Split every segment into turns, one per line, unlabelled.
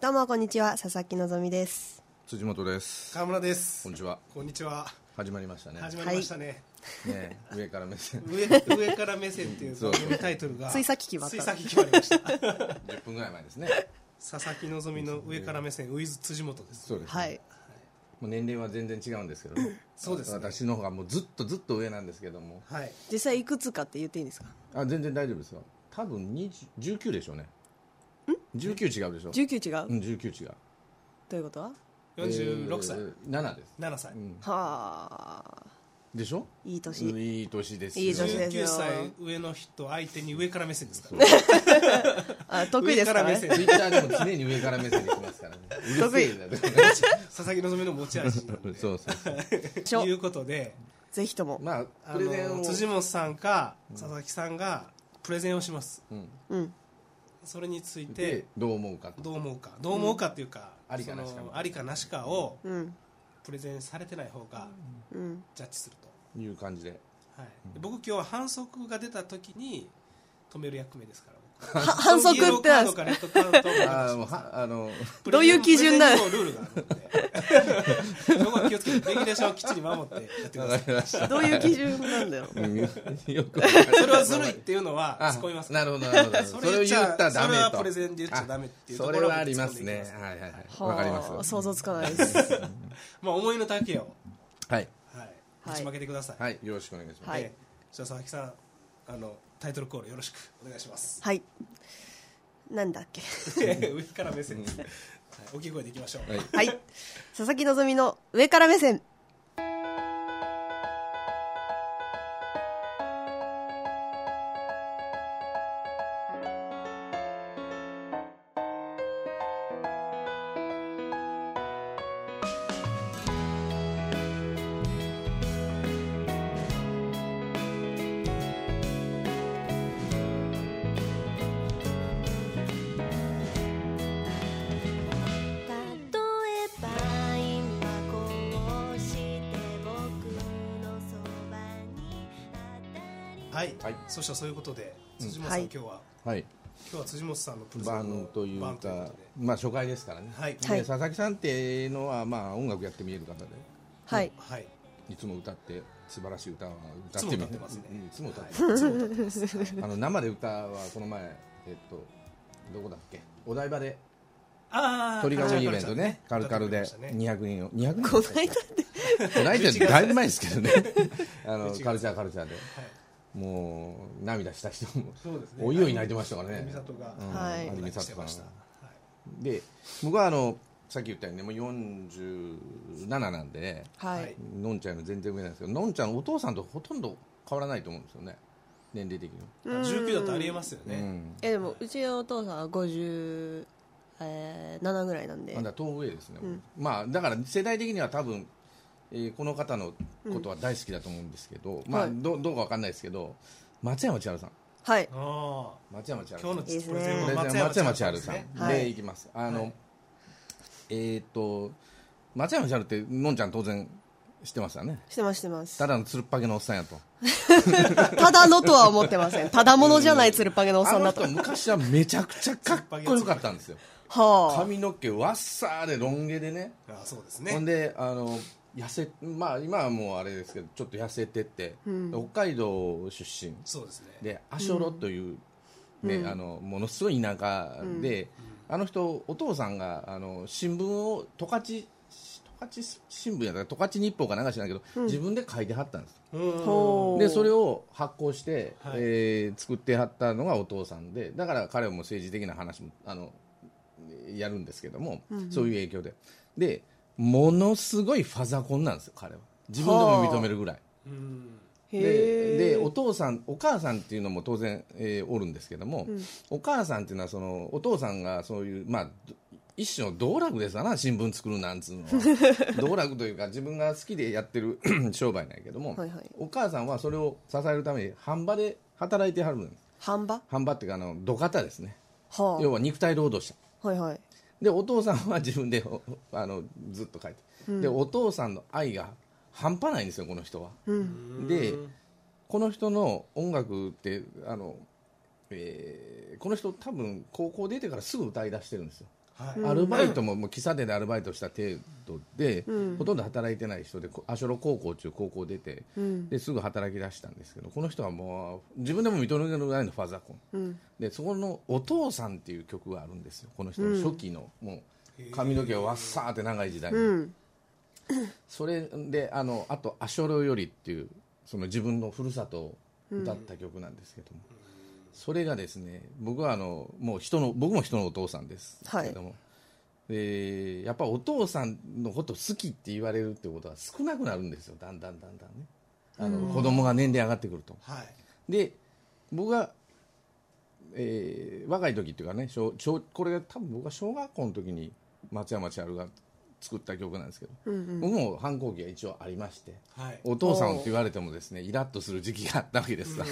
どうもこんにちは佐々木希です
辻本です
川村です
こんにちは
こんにちは
始まりましたね
始まりましたね、
ね上から目線
上上から目線ってい う
そう
番組タイトルが
ついさっき決まった
ついさっき決まりました
10分ぐらい前ですね
佐々木希の上から目線ウィズ辻本です
そうです、ね
はい
もう年齢は全然違うんですけどね
そうですね
私の方がもうずっとずっと上なんですけども
はい
実際いくつかって言っていいんですか
あ全然大丈夫ですよ多分20 19でしょうね19違うでしょ
19違う、
う
ど
ん19違う
ういうことは
46歳、
えー7です
7歳、
はあ
でしょ
いい年
いい年ですよ
いい年ですよ
19歳上の人相手に上から目線ですから、
あ得意ですから
上
ね
から目
ツイ
線
ッターでも常に上から目線できますからねうるせえな
佐々木希の持ち味なん で
そうそうそう
しょ
ということで
ぜひとも、
まあ
あ
プレゼン
の
を
辻本さんか佐々木さんがプレゼンをします、
うん
それについて
でどう思うかと
どう思うかどう思うかっていうか、
うんありかなしか
そのありかなしかを
うん
プレゼンされてない方が
うん
ジャッジすると、
いう感じで
はい、で僕今日は反則が出た時に止める役目ですから僕
は 反則って
イエ
な
ロ
んで
ー
すか
カードかレッドカード
あ
か
もうはあ の
プレゼン
どういう基準なの
プレゼンにもルールがあるの でそこは気をつけてレギュレーションをきっちり守ってやってください
どういう基準なんだ よ
うんよくわかんない
それはずるいっていうのは突っ込みます
なるほどなるほどそれを言ったらダメと
それはプレゼンで言っちゃダメっていうと
あ
こ
そ
ろ
れ
を
はありますね
突っ込んでいきま
はいはいはい
は
わ
あ
かります
想像つかないです
まあ思いの丈を
はい
はい
はい
ぶちまけてください
はいよろしくお願いします
はい
ええじゃあ佐々木さんあのタイトルコールよろしくお願いします
はいなんだっけ
上から目線ですね、はい、大きい声でいきましょう、
はい
はい 佐々木希の上から目線
例えば今こうして僕のそばに当たり
はい、
はい
そしたらそういうことで辻本
は
さん、
い
今日は
はい
今日は辻本さんのプレゼン
バ
の
ンという
番という
か
ことで
まあ初回ですからね
はい
で
はい
佐々木さんっていうのはまあ音楽やって見える方で
はい
はい
いつも歌って素晴らしい歌は歌
い
っ
つも
て
歌
み
ってますね
うんいつも歌って
はいいつも歌ってます
あの生で歌はこの前えっとどこだっけお台場で
ああ
鳥が多いイベントねカルカルで200人を200人
こないだって
こないだってだいぶ前ですけどねあの
11月
カルチャーカルチャーでもう涙した人も
そうですね
おいおい泣いてましたからね
美里が、
うん
はい
有美
泣き
里
して
さん
ました、はい
で僕はあのさっき言ったようにねもう47なんでね
はい、
はい
のんちゃんの全然上なんですけどのんちゃんのお父さんとほとんど変わらないと思うんですよね年齢的には
19だとありえますよ
う
ね、
ん
えでもうちのお父さんは57、えー7ぐらいなんで
まだ遠上ですね、まあだから世代的には多分、えーこの方のことは大好きだと思うんですけど、ま
は
あ
い
どどうかわかんないですけど松山千春さん
はい
あ
松山千
あ
春さん
今日の
いいですね
プレゼン
松山
は松
松
山
山
千
千
春
春
さ
さ
ん
ん
ですね
は
で,、
い
い、きますあの、
はい
えーっと松山千春ってのんちゃん当然知ってましたね
してますしてます
ただのつるっぱげのおっさんやと
ただのとは思ってません。ただものじゃないつるっぱげのおっさんだと
あ。の人昔はめちゃくちゃかっこよかったんですよ
は
髪の毛わっさーでロン毛でね
ああそうです
ほん
ね
であの痩せまあ今はもうあれですけどちょっと痩せてって、北海道出身
そうですね
で阿蘇ロという、ねあのものすごい田舎で、あの人お父さんがあの新聞を十勝十勝新聞やったか十勝日報かなんか知らないけど、自分で書いてはったんです
うん
あ。ほう。
でそれを発行して、
はい
えー作ってはったのがお父さんでだから彼はもう政治的な話もあのやるんですけども、そういう影響ででものすごいファザコンなんですよ彼は自分でも認めるぐらい
うん
へ
ででお
ー
父さんお母さんっていうのも当然、えーおるんですけども、お母さんっていうのはそのお父さんがそういうまあど一種の道楽ですわな新聞作るなんつうのは 道楽というか自分が好きでやってる 商売なんやけども、
はいはい
お母さんはそれを支えるために半場で働いてはるんです
半ば
半場っていうかあの土方ですね
は
要は肉体労働者
あ。はいはい。
でお父さんは自分でおあのずっと書いて、でお父さんの愛が半端ないんですよこの人は、でこの人の音楽ってあの、えーこの人多分高校出てからすぐ歌い出してるんですよ
はい
アルバイトももう喫茶店でアルバイトした程度で、ほとんど働いてない人でこアショロ高校中高校出て、ですぐ働き出したんですけどこの人はもう自分でも認めるぐらいのファザコン、でそこの「お父さん」っていう曲があるんですよこの人の初期の、もう髪の毛をわっさーって長い時代に、それであのあと「アショロより」っていうその自分のふるさとを歌った曲なんですけども、それがですね僕はあのもう人の僕も人のお父さんです
はい
けども、でやっぱお父さんのこと好きって言われるってことは少なくなるんですよだんだんだんだんねあの、子供が年齢上がってくると
はい
で僕が、えー若い時っていうかね小小これが多分僕が小学校の時に松山千春が作った曲なんですけど、僕も反抗期が一応ありまして
はい
お父さんって言われてもですねイラッとする時期があったわけですわ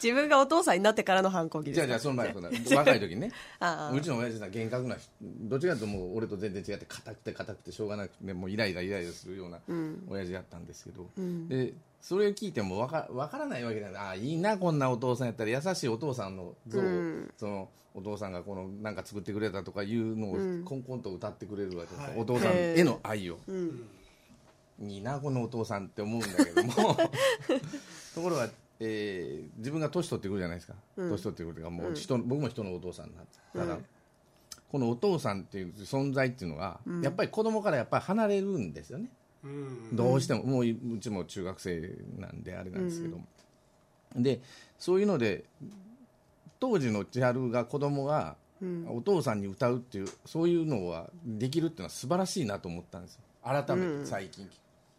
自分がお父さんになってからの反抗期です
じゃあじゃあその前その若い時にね
ああ
うちの親父さん厳格な人どっちかというともう俺と全然違って硬くて硬くてしょうがなくてもうイライライライラするような親父だったんですけど、でそれを聞いてもわかわからないわけじゃないああいいなこんなお父さんやったら優しいお父さんの像を、そのお父さんがこのなんか作ってくれたとかいうのをコンコンと歌ってくれるわけですよ、
はい
お父さんへの愛を。いいなこのお父さんって思うんだけどもところが、えー自分が年取ってくるじゃないですか、年取ってくるというかもう人の、僕も人のお父さんになってたら、このお父さんっていう存在っていうのが、やっぱり子供からやっぱり離れるんですよね、
うん
どうしてももううちも中学生なんであれなんですけども、でそういうので当時の千春が子供がお父さんに歌うっていうそういうのはできるっていうのは素晴らしいなと思ったんですよ改めて最近聞いて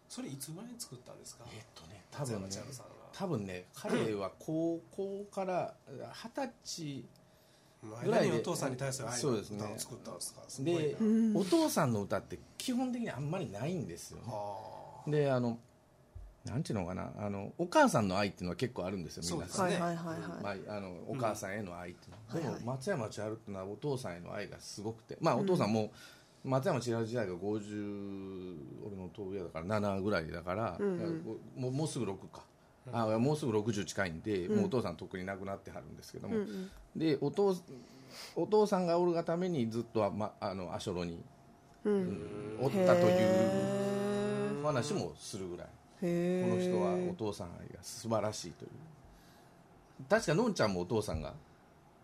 それいつ前に作ったんですか
えっとね多分ね
松山千春さんが
多分ね彼は高校から二十
前田にお父さんに対する愛の
そうですね
歌を作ったんですかす
歳
ごいな
で、お父さんの歌って基本的にあんまりないんですよね、
はあ
であのなんていうのかなあのお母さんの愛っていうのは結構あるんですよみんな
そうです
はいは
ね
いはいはい、
まあ、あのお母さんへの愛っていうの、
はいはい
でも松山千春っていうのはお父さんへの愛がすごくてまあお父さんも、松山千春時代が50俺の峠だから7ぐらいだから、もうもうすぐ6か、あもうすぐ60近いんで、もうお父さんとっくに亡くなってはるんですけども、でお父お父さんがおるがためにずっとは、ま、あの阿蘇路に、うんおったという話もするぐらい。
へ
この
え
人はお父さん愛が素晴らしいという確かのんちゃんもお父さんが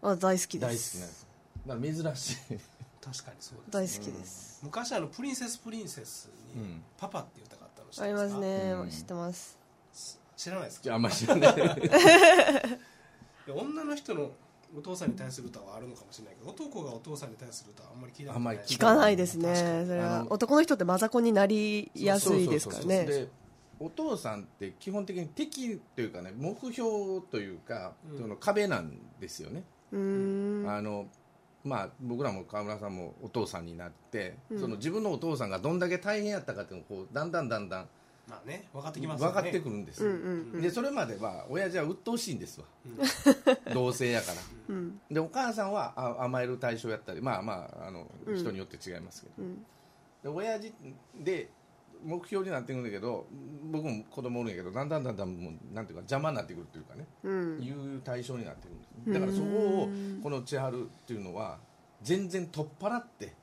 あ大好き
大好きな
で
んですすだから珍しい
確かにそうです
大好きです、
昔あのプリンセスプリンセスにパパっていう歌があったの知っ
あ
て
り
ま
ますす
か
ね、知ってます
知らないです
じ
か
ゃああんまり知らない
いや女の人のお父さんに対する歌はあるのかもしれないけど男がお父さんに対する歌はあんまり聞いたことない
あんまり
聞
聞
かないですね
確かに
それ
あ
は
の
男の人ってマザコンになりやすいですから
そうそう
ね
そうそうでお父さんって基本的に敵というかね目標というか、その壁なんですよね
うーん
あのまあ、僕らも川村さんもお父さんになって、その自分のお父さんがどんだけ大変やったかっていうのをこうだんだんだんだん
まあね分かってきますよ
分
ね
かってくるんですよ、でそれまでは親父は鬱陶しいんですわ、同性やから、でお母さんはあ甘える対象やったりまあまああの人によって違いますけど、で親父で目標になってくるんだけど僕も子供おるんやけどだんだんだんだんもうなんていうか邪魔になってくるというかね、いう対象になってくるんですだからそこをこの千春っていうのは全然取っ払って、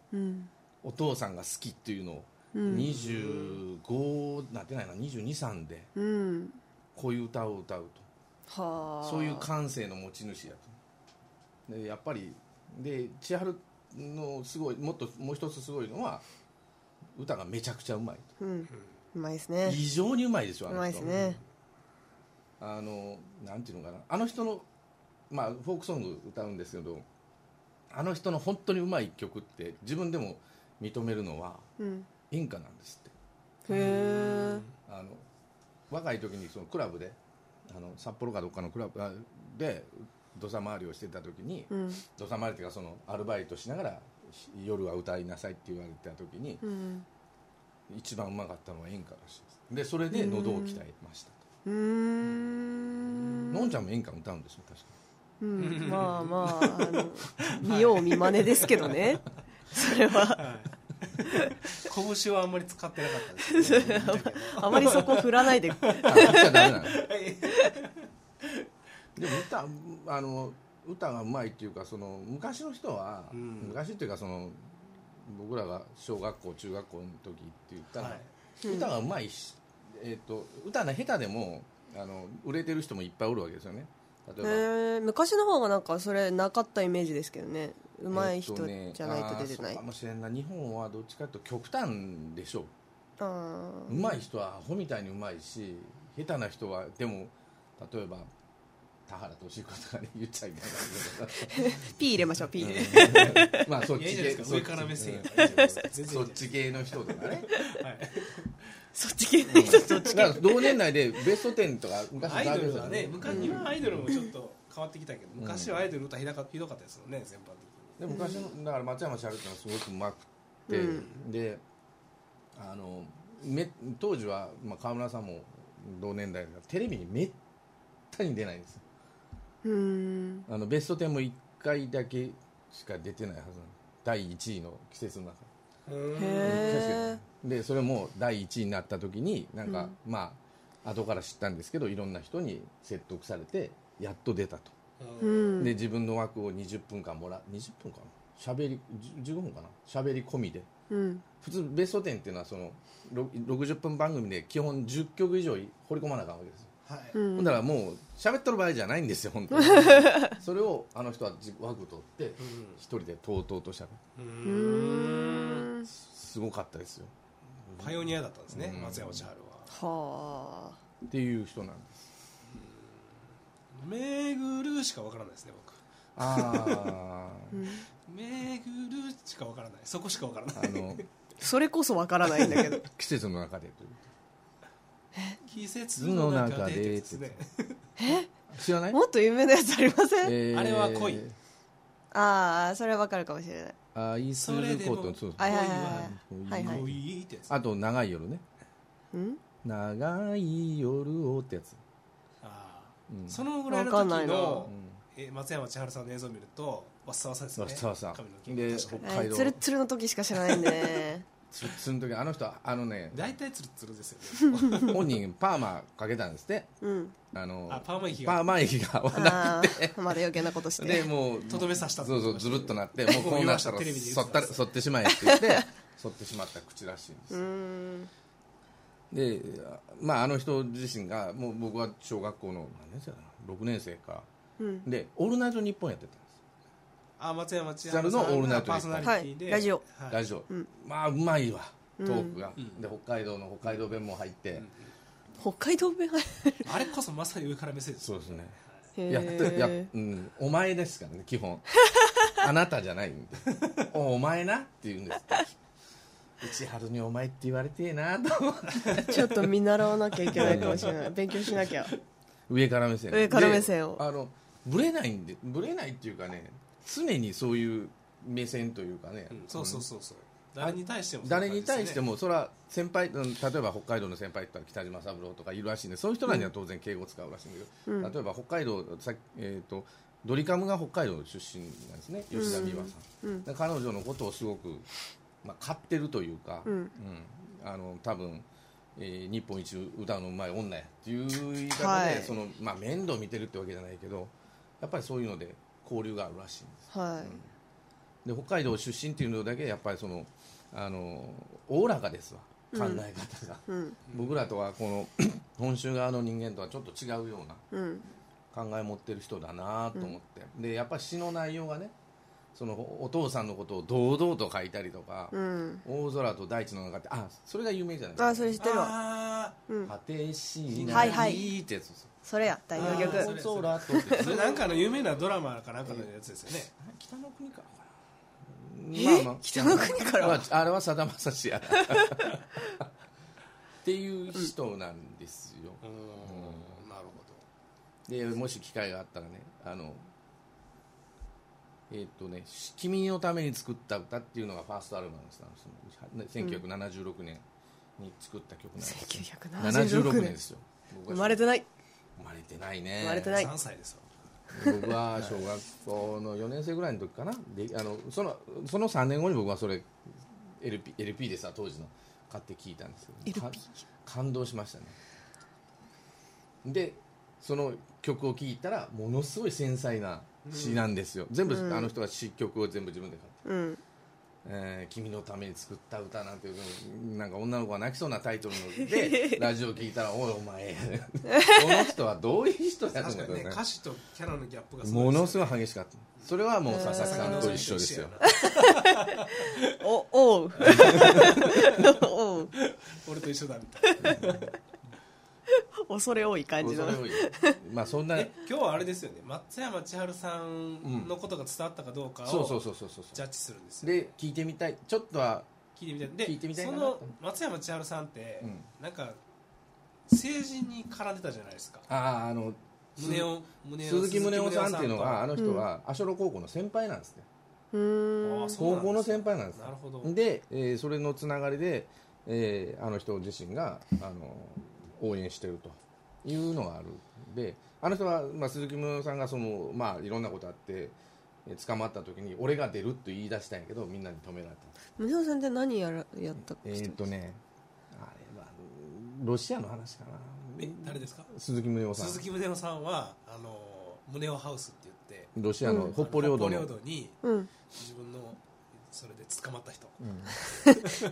お父さんが好きっていうのを、25なってないな223で
うん
こういう歌を歌う
は
と
あ
そういう感性の持ち主やとでやっぱりで千春のすごいもっともう一つすごいのは歌がめちゃくちゃうまいと
うまいですね
異常にうまいでしょ
う
あ
ま
の
いで
人
すね
あのなんていうのかなあの人のまあフォークソング歌うんですけどあの人の本当にうまい曲って自分でも認めるのは
うん
演歌なんですって
へえ
あの若い時にそのクラブであの札幌かどっかのクラブあで土佐回りをしてた時に、
うん
土佐回りっていうかそのアルバイトしながらひ夜は歌いなさいって言われてた時に、
うん
一番うまかったのは演歌らしいですでそれで喉を鍛えましたと
うーん
のんちゃんも演歌歌うんですよ確か
うんまあまああの見よう見まねですけどねそれは
はい拳はあんまり使ってなかったですけどね
あまりそこ振らないで
にあ言っちゃダメなのでも歌あの歌がうまいっていうかその昔の人は、
うん
昔っていうかその僕らが小学校中学校の時って言ったら、
はい
歌がうまいし、えー、と歌の下手でもあの売れてる人もいっぱいおるわけですよね例えば、
えー昔の方がなんかそれなかったイメージですけどね上手い人
えーね
じゃないと出て
あー
な
そう
い、
かもしれんな日本はどっちかというと極端でしょ
あ
うまい人はアホみたいにうまいし下手な人はでも例えば田原俊彦とかね言っちゃいけないけど
ーピー入れましょうピー、
うんまあそっ
いやい
ち
いじゃない
系
ですか
そっ
上
ち
から目線や
うん
から全然
そ
い
っ
いじ
ち系の人と かね
はい
そっち系
うんだから同年代でベスト10とか昔
アイドル
だ
はね昔今アイドルもちょっと変わってきたけど昔はアイドル歌ひどかひどかったですよね全般
で昔のだから松山千春ってのはすごくうまくて、であのめ当時は、まあ、川村さんも同年代だからテレビにめったに出ないんですよ
うーん
あのベスト10も1回だけしか出てないはずなの第1位の季節の中
的にう
へ
ー
え
ん
でそれも第1位になった時になんか、まあ後から知ったんですけどいろんな人に説得されてやっと出たと、
う
うん
ん
で自分の枠を20分間もら20分かなしゃべりじゅ15分かなしゃべり込みで
うん
普通ベスト10っていうのはそのろ60分番組で基本10曲以上掘り込まなあかんわけですよ、
はい
うん
ほんだらもう喋っとる場合じゃないんです よ本当にそれをあの人はじ枠取って一人でとうとうとしゃべる
うん
うーん
すごかったですよ
パイオニアだったんですね
うん
松山千春は
はあ
っていう人なんです
「めぐる」しかわからないですね僕
ああ
「めぐる」しかわからないそこしかわからない
あの
それこそわからないんだけ ど
季節の中でという
季節の中でってやつですね
知らない
もっと有名なやつありません、
え
あれは恋
ああそれはわかるかもしれない
愛す
それ
る
で
こ
も
とそう
はいはい
そう
はいはい
恋ってやつ
あと長い夜ね
うん
長い夜をってやつ
あ
う
ー
ん
そのぐらいの
わかんな
時
いな
の
うん
えー松山千春さんの映像を見るとわっさわさですね
わっさわさ
髪の毛
で
確かに
北海道
つるつるの時しか知らないんで ね
つるつるの時あの人あのね
大体つるつるですよね
本人パーマかけたんですって
うん
あの
あパーマ液が
パーマ液がわな
ああまだ余計なことして
でもう
とどめ刺した
そうそうずるっとなって もうこうなったら
もう言わしたテレビで言っ
剃
て
った
た
剃ってしまえって言って 剃ってしまった口らしいんです
うーん
で、まあ、あの人自身がもう僕は小学校の何年生かな6年生か
うん
で「オールナイトニッポン」やってたんです
あ松山千春さ
ザルのオー
ん
ルナイ
が
ト
パーソナリティ
は
で
いラジオ
はい
ラジオ、まあうまいわトークが、
ん
で北海道の北海道弁も入って、
北海道弁入る
あれこそまさに上から目線です
そうですね
へ
やってや、
え
うん、お前ですからね基 本あなたじゃないんでおお前なって言うんですって内春にお前って言われてえなと思って
ちょっと見習わなきゃいけないかもしれない勉強しなきゃ
上から目線
上から目線を
であのぶれないんでぶれないっていうかね常にそういう目線というかね、
うんそうそうそうそう誰に対しても
誰に対して
も
もそれは先輩うん例えば北海道の先輩って言ったら北島三郎とかいるらしいんでそういう人らには当然敬語を使うらしいんだけど、例えば北海道さ、えー、とドリカムが北海道出身なんですね吉田美和さん、で彼女のことをすごく、まあ、買ってるというか、うんあの多分、えー日本一歌のうまい女やっていう言い方で、
はい
そのまあ、面倒見てるってわけじゃないけどやっぱりそういうので交流があるらしいんです
はい、
で北海道出身っていうのだけやっぱりそのあのおおらかですわ考え方が、
うん
僕らとはこの 本州側の人間とはちょっと違うよう
う
な
ん
考え持ってる人だなと思って、でやっぱり詩の内容がねそのお父さんのことを堂々と書いたりとか、
うん
大空と大地の中ってあそれが有名じゃないですか
あそれ知ってるわ
あ
うん
果てしな
はい
い
はい
ってやつですよ
それや代表
あーそれ
曲
大空と
あそれなんかの有名なドラマかなんかのやつですよね
北の国からか
え
な、まあまあ
北の国から
まあ、あれはさだまさしやっていう人なんですよ、
うーんなるほ
でもし機会があったらねあのえーっ、とね「君のために作った歌」っていうのがファーストアルバムですあのその1976年に作った曲なんです、
1976
76
年
年ですよ僕
生
は
まれてない
生まれてないね
生まれてな
ど
い
3歳ですよ
僕は小学校の4年生ぐらいの時かなであのそのその3年後に僕はそれ LP, LP でさ当時の買って聞いたんですけどか感動しましたねでその曲を聴いたらものすごい繊細な
う
詩なんですよ、全部、
うん
あの人が詩曲を全部自分で書いて、
うん
えー君のために作った歌」なんていうなんか女の子が泣きそうなタイトルのでラジオ聞いたら「おいお前この人はどういう人やと
確
思
か
った
に
よ
ね
ね
歌詞とキャラのギャップが
ものす
ごい
ごい激しかったそれはもう佐々木
ですよ
さ
ね
んと一緒ですよ
坂上さんと一緒や
おおうおう
な 俺と一緒だみたいな
恐れ多い感じ
恐
の
れ多いまあそんな
え今日はあれですよね松山千春さんのことが伝わったかどうか
そうそう
を
そうそうそう
ジャッジするんですよ
で聞いてみたいちょっとは
聞いてみたいで
聞いてみたいな
その松山千春さんって、
うん
なんか政治に絡んでたじゃないですか
あああの
宗男宗男
鈴木宗男さんっていうのはあの
と
人は足寄高校の先輩なんですね
うーん
あそ
高校の先輩なんです
なるほど
で、えーそれのつながりで、えーあの人自身があの応援してるというのがあるであの人は、まあ、鈴木宗男さんがその、まあ、いろんなことあってえー捕まった時に俺が出るって言い出したんやけどみんなに止められた
無料さんって何やらやった
えーっとねあれはロシアの話かな
え誰ですか
鈴木宗男さん
鈴木宗男さんはあの宗男ハウスって言って
ロシアの北方領土の、
に
うん
自分のそれで捕まった人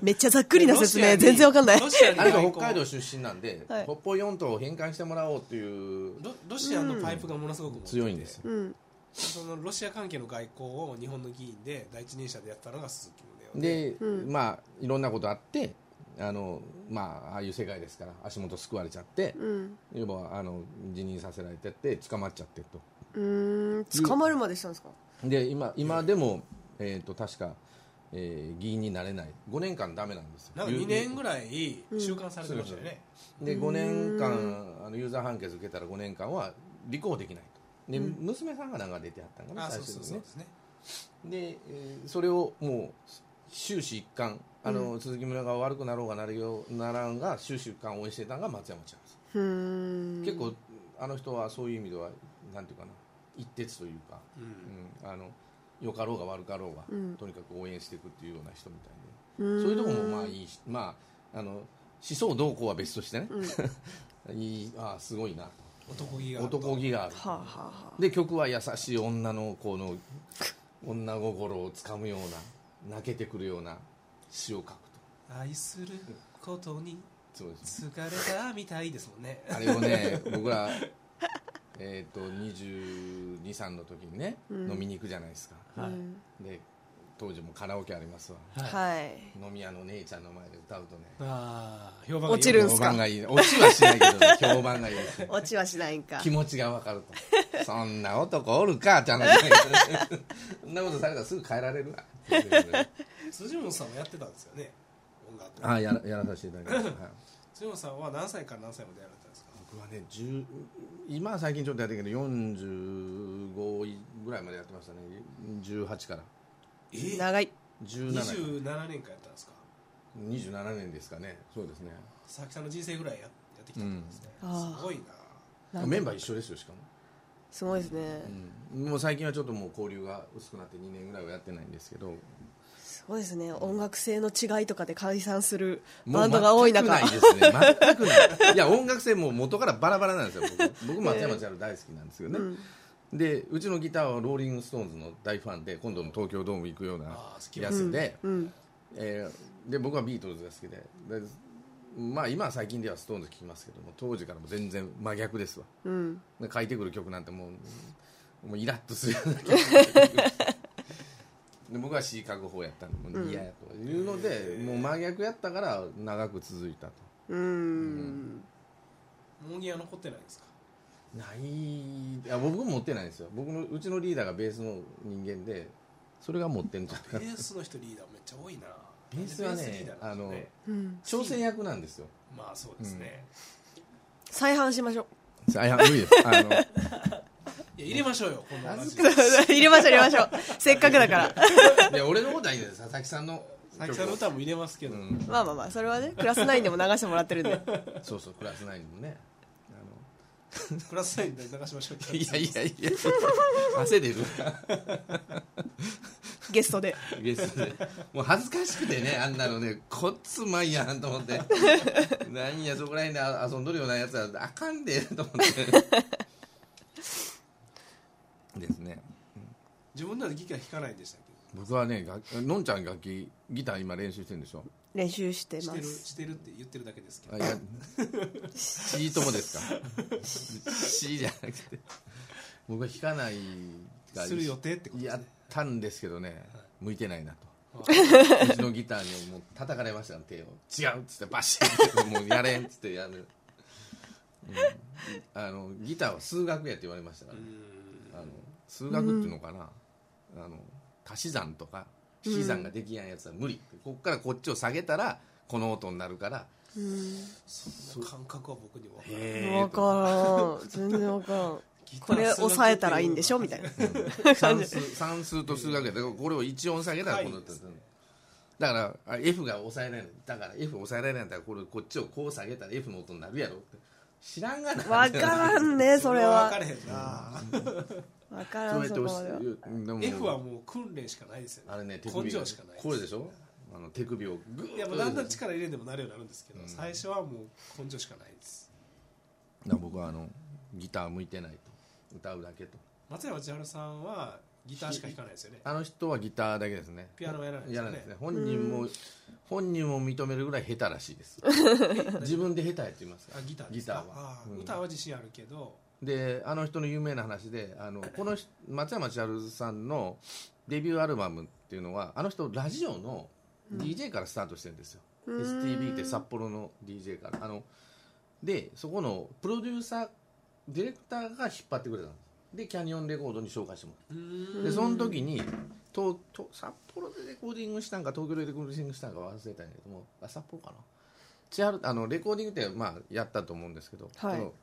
めっちゃざっくりな説明
ロシア
全
に
然わかんない
ロシアに
あれが
外
北
交
海道出身なんで、
はい
北方四島を返還してもらおうっていう
ロロシアのパイプがものすごく持ってて
強いんですよ
うん
そのロシア関係の外交を日本の議員で第一人者でやったのが鈴木宗男
で、
うん
まあいろんなことあってあのまあああいう世界ですから足元すくわれちゃって、
うん
要はあの辞任させられてって捕まっちゃってと
うーん捕まるまでしたんですか
で今今でも、えー、と確か、えー議員になれない5年間ダメなんですよ
なんか2年ぐらい収監されてましたよね、
で5年間あの有罪判決受けたら5年間は履行できないとで、娘さんがなんか出てはったんかな
あ
最
そう
初
そう
に
そう
ね
ですね
で、えーそれをもう終始一貫あの、鈴木村が悪くなろうがなるようならんが終始一貫応援してたのが松山ちゃんです、
うーん
結構あの人はそういう意味ではなんていうかな一徹というか、うんあのよかろうが悪かろうが、
うん
とにかく応援していくっていうような人みたい
うん
でそういうとこもまあいいしまああの思想どうこうは別としてね、 いいああすごいな
男気が
男気がある
はあはあはあ
で曲は優しい女の子の女心をつかむような泣けてくるような詩を書くと
愛することに
そうです
疲れたみたいですもんね
あれをね僕らえっ、と2 2歳の時にね、
うん
飲みに行くじゃないですか
はい
うん
で当時もカラオケありますわ
はい
飲み屋の姉ちゃんの前で歌うとね
ああ評判がいい
落ちるんす
評
か
判がいい落ちはしないけど、ね、 評判がいいですね
落ちはしないんか
気持ちがわかるとそんな男おるかって話 だけどそんなことされたらすぐ変えられるわっていうことでね
辻本さんもやってたんですよね音楽
あやらやらさせていただきました、はい、
辻本さんは何歳から何歳までやられてたんですか
僕はね10今は最近ちょっとやってるけど45ぐらいまでやってましたね18から
え
長い
17
27年間やったんですか
27年ですかねそうですね
佐々木さんの人生ぐらいややってきたんですね、
うん
すごいな
なん
メンバー一緒ですよしかも、
すごいですね
うんもう最近はちょっともう交流が薄くなって2年ぐらいはやってないんですけど
すごいですね音楽性の違いとかで解散するバンドが多い中
もう全くないですね全くないいや音楽性もう元からバラバラなんですよ僕僕松山千春大好きなんですよね、でうちのギターはローリング・ストーンズの大ファンで今度の東京ドーム行くような
あー好き
やつで、
うん
えーで僕はビートルズが好きででまあ今は最近ではストーンズ聴きますけども当時からも全然真逆ですわ
うん
で書いてくる曲なんてもうもうイラッとするような曲で僕は詩書く方やったんでもう嫌やというので、もう真逆やったから長く続いたと
うん
モーギア残ってないんですか
ないいや僕も持ってないんですよ僕のうちのリーダーがベースの人間でそれが持ってんじゃ
ベ
ないか
ースの人リーダーめっちゃ多いな
ベースはね
ベースリーダーなんですよね
うん
挑戦役なんですよ
まあそうですね、
再販しましょ う
あいや無理ですあの
いや入れましょうよこのラジオ
入れましょう入れましょ うせっかくだから
いや俺のことはいいです佐々木さんの
佐々木さんの歌も入れますけど、
うん
まあまあまあそれはねクラス9でも流してもらってるんで
そうそうクラスナインもねあ
クラス内で流しましょう
のいやいやい や汗出る
ゲストで
ゲストでもう恥ずかしくてねあんなのねこっつまいやんと思ってなんやそこら辺で遊んどるようなやつはあかんでと思ってですね
自分ではギター弾かないんでしたっ
僕はね楽のんちゃん楽器ギター今練習してるんでしょ
練習して
けし
ま
てる
す
してるって言ってるだけですけど
あいやしいともです かしじゃなくて僕は弾かないが
する予定ってことです
やっ
ね
たんですけどね向いてないな と
あ
うちのギターにもう叩かれました手を違うっつってバシッ てもうやれんっつってやる、うんあのギターは数学やって言われましたか
う
ら、ね
ーん
あの数学っていうのかな、あの足し算とか引き算ができないやつは無理、こっからこっちを下げたらこの音になるから
そんな感覚は僕には分からない
へ
分からん全然分から ん
ギター
これ抑えたらいいんでしょ
数
み
学
たいな
算数 算数と数学やったらこれを1音下げたらこうなったんですよねだからあ F が抑えられないだから F 抑えられないんだからこれこっちをこう下げたら F の音になるやろって知らんがな
分からんねそれ
分か
は
れへんな
分か
そ
らん
うやっ
そ
て
こ
押
ま
す
では
F は
う
もう訓練しかないですよね
あれね手首
根
が
性しかない
これでしょあの手首をグ
いや
ーッ
も
と
うだんだん力入れんでもなるようになるんですけど、最初はもう根性しかないです
だから僕はあのギター向いてないと歌うだけと
松山千春さんはギターしか弾かないですよね
あの人はギターだけですね
ピアノはやらないです
や
よ
らない
ね
ですね本人も本人も認めるぐらい下手らしいです 自分で下手やって言いますから
あギターで
ギ
す
タ
か
ーは
あ、
うん
歌は自信あるけど
であの人の有名な話であのこの人松山千春さんのデビューアルバムっていうのはあの人ラジオの DJ からスタートしてるんですよ、STB って札幌の DJ からあのでそこのプロデューサーディレクターが引っ張ってくれたんですでキャニオンレコードに紹介してもらった
うーん
でその時にとと札幌でレコーディングしたんか東京でレコーディングしたんか忘れたんやけどもあ札幌かな千春あのレコーディングって、まあ、やったと思うんですけど、
はい
その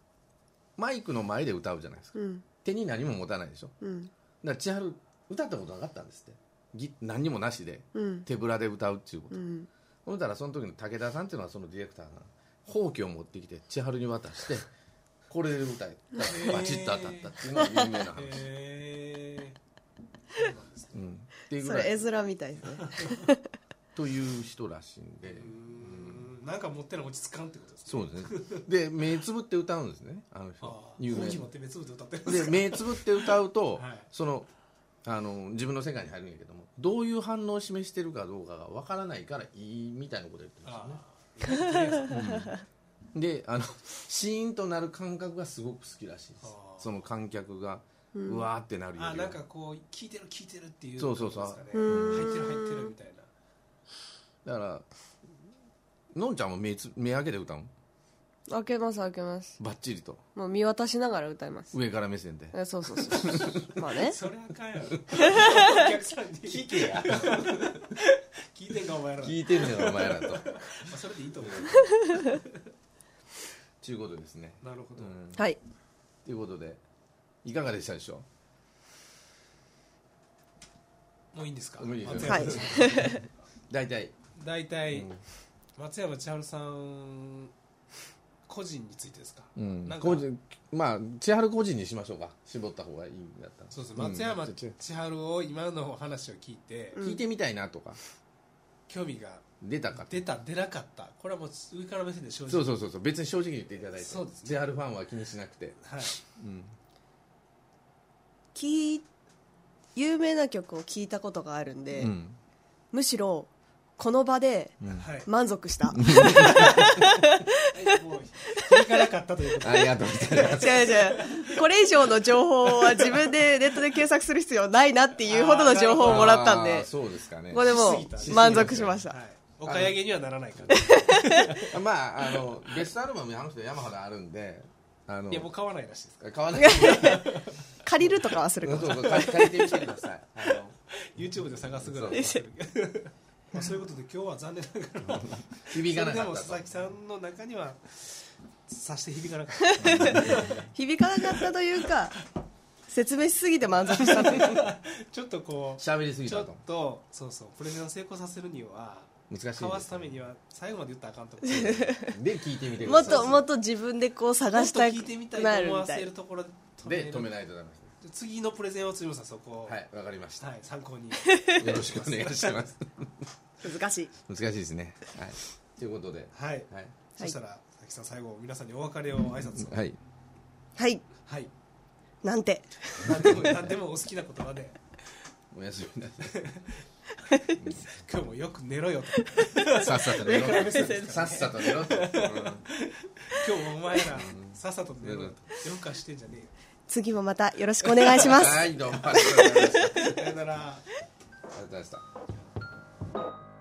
マイクの前で歌うじゃないですか
うん
手に何も持たないでしょだか
うん
ら千春歌ったことなかったんですってぎ何にもなしで
うん
手ぶらで歌うっていうこと、
うん
ほんだらその時の武田さんっていうのはそのディレクターがほうきを持ってきて千春に渡してこれで歌えたらバチッと当たったっていうのが有名な話、
へーそうなんですね
うん、っていうぐ
そ
らい
れ絵面みたいですね
という人らしいんで
うーんなんか持ってない落ち着かんってことですね
そうですね で目つぶって歌うんですねあの
あ
人
あ
有名
本気持って別の歌歌ってるんです
で目つぶって歌うと、
はい
そのあの自分の世界に入るんやけどもどういう反応を示してるかどうかがわからないからいいみたいなこと言ってま
ああ
したね、うんであのシーンとなる感覚がすごく好きらしいです
あー
その観客がうわーってなるよりは
あなんかこう聞いてる聞いてるっていう
そうそうそう
ことですかね
うん
入ってる入ってるみたいな
だからのんちゃんも目つ目開けて歌うの
開けます開けます
バッチリと
もう見渡しながら歌います
上から目線で
えそうそうそうまあね
それあかんやろお客さんに聞けや 聞いてんかお前ら
聞いてんねんお前らと
まあそれでいいと思う
ちゅうことですね。
なるほど、
うん
はい
ということで、いかがでしたでしょ
もういいんですか
もういいです
は
よ
松山
い
う。大体。
大体、
うん
松山千春さん個人についてですか,、
うん
なんか
個人、まあ、千春個人にしましょうか。絞った方がいいんだったら。
そうです
ん
松山
ちょちょ
千春を今のお話を聞いて、
聞いてみたいなとか、
興味が
出たか。
出た出なかったこれはもう上から目線で正直
そうそうそうそう、別に正直に言っていただいて。
そうですね
千春ファンは気にしなくて。
はい、
うん。
聞い有名な曲を聞いたことがあるんで、
うん
むしろこの場で
はい
満足した、
はいもう響かなかったということ
ありがとうございます。
違う違うこれ以上の情報は自分でネットで検索する必要ないなっていうほどの情報をもらったん
あ
で
ーそうですかね
こ。こでも
しすぎたね
う満足しまし
で、は
た
い、お買い上げにはならないから
あまあ、あの、ベストアルバムにあの人山肌あるんで、あの
いや、もう買わないらしいですから
買わないで ください。
借りるとかはするか
そう
も
そう、借り借りてみてください。あの
YouTube で探すぐらい の
そう
まあそういうことで今日は残念ながら
響かな
それで
か
も
った
佐
と
々木さんの中にはさして響かなか った
響かなかったというか説明しすぎて満足したという
ちょっとこう
喋りすぎ
ちょ
た
っ
と
とそうそうプレゼンを成功させるには
難しいです
かわすためには最後まで言ったらあかん とこ
で聞いてみてく
もっ
ださい
ともっと自分でこう探した
もっと聞いてみた
くない
と
る
思
み
わ
た
せ
い
るところ
で止め
い
ないとダメですね
次のプレゼンを鶴見さんそこを
はいわかりま した
はい 参考に
よろしくお願いします
難しい
難しいですねはいということで
はい
はい
そしたら佐々木さん最後皆さんにお別れを挨拶を
はい
はい
はい
なんて
何でも何でもお好きな言葉で
おやすみなさい
今日もよく寝ろよ と
さっさと寝ろ
上から目線です
さっさと寝ろと、
今日もお前らさっさと寝ろよとよくはしてんじゃね
次もまたよろしくお願いします
はいどうもありがとうございましたありがと
えよさよなら
うございました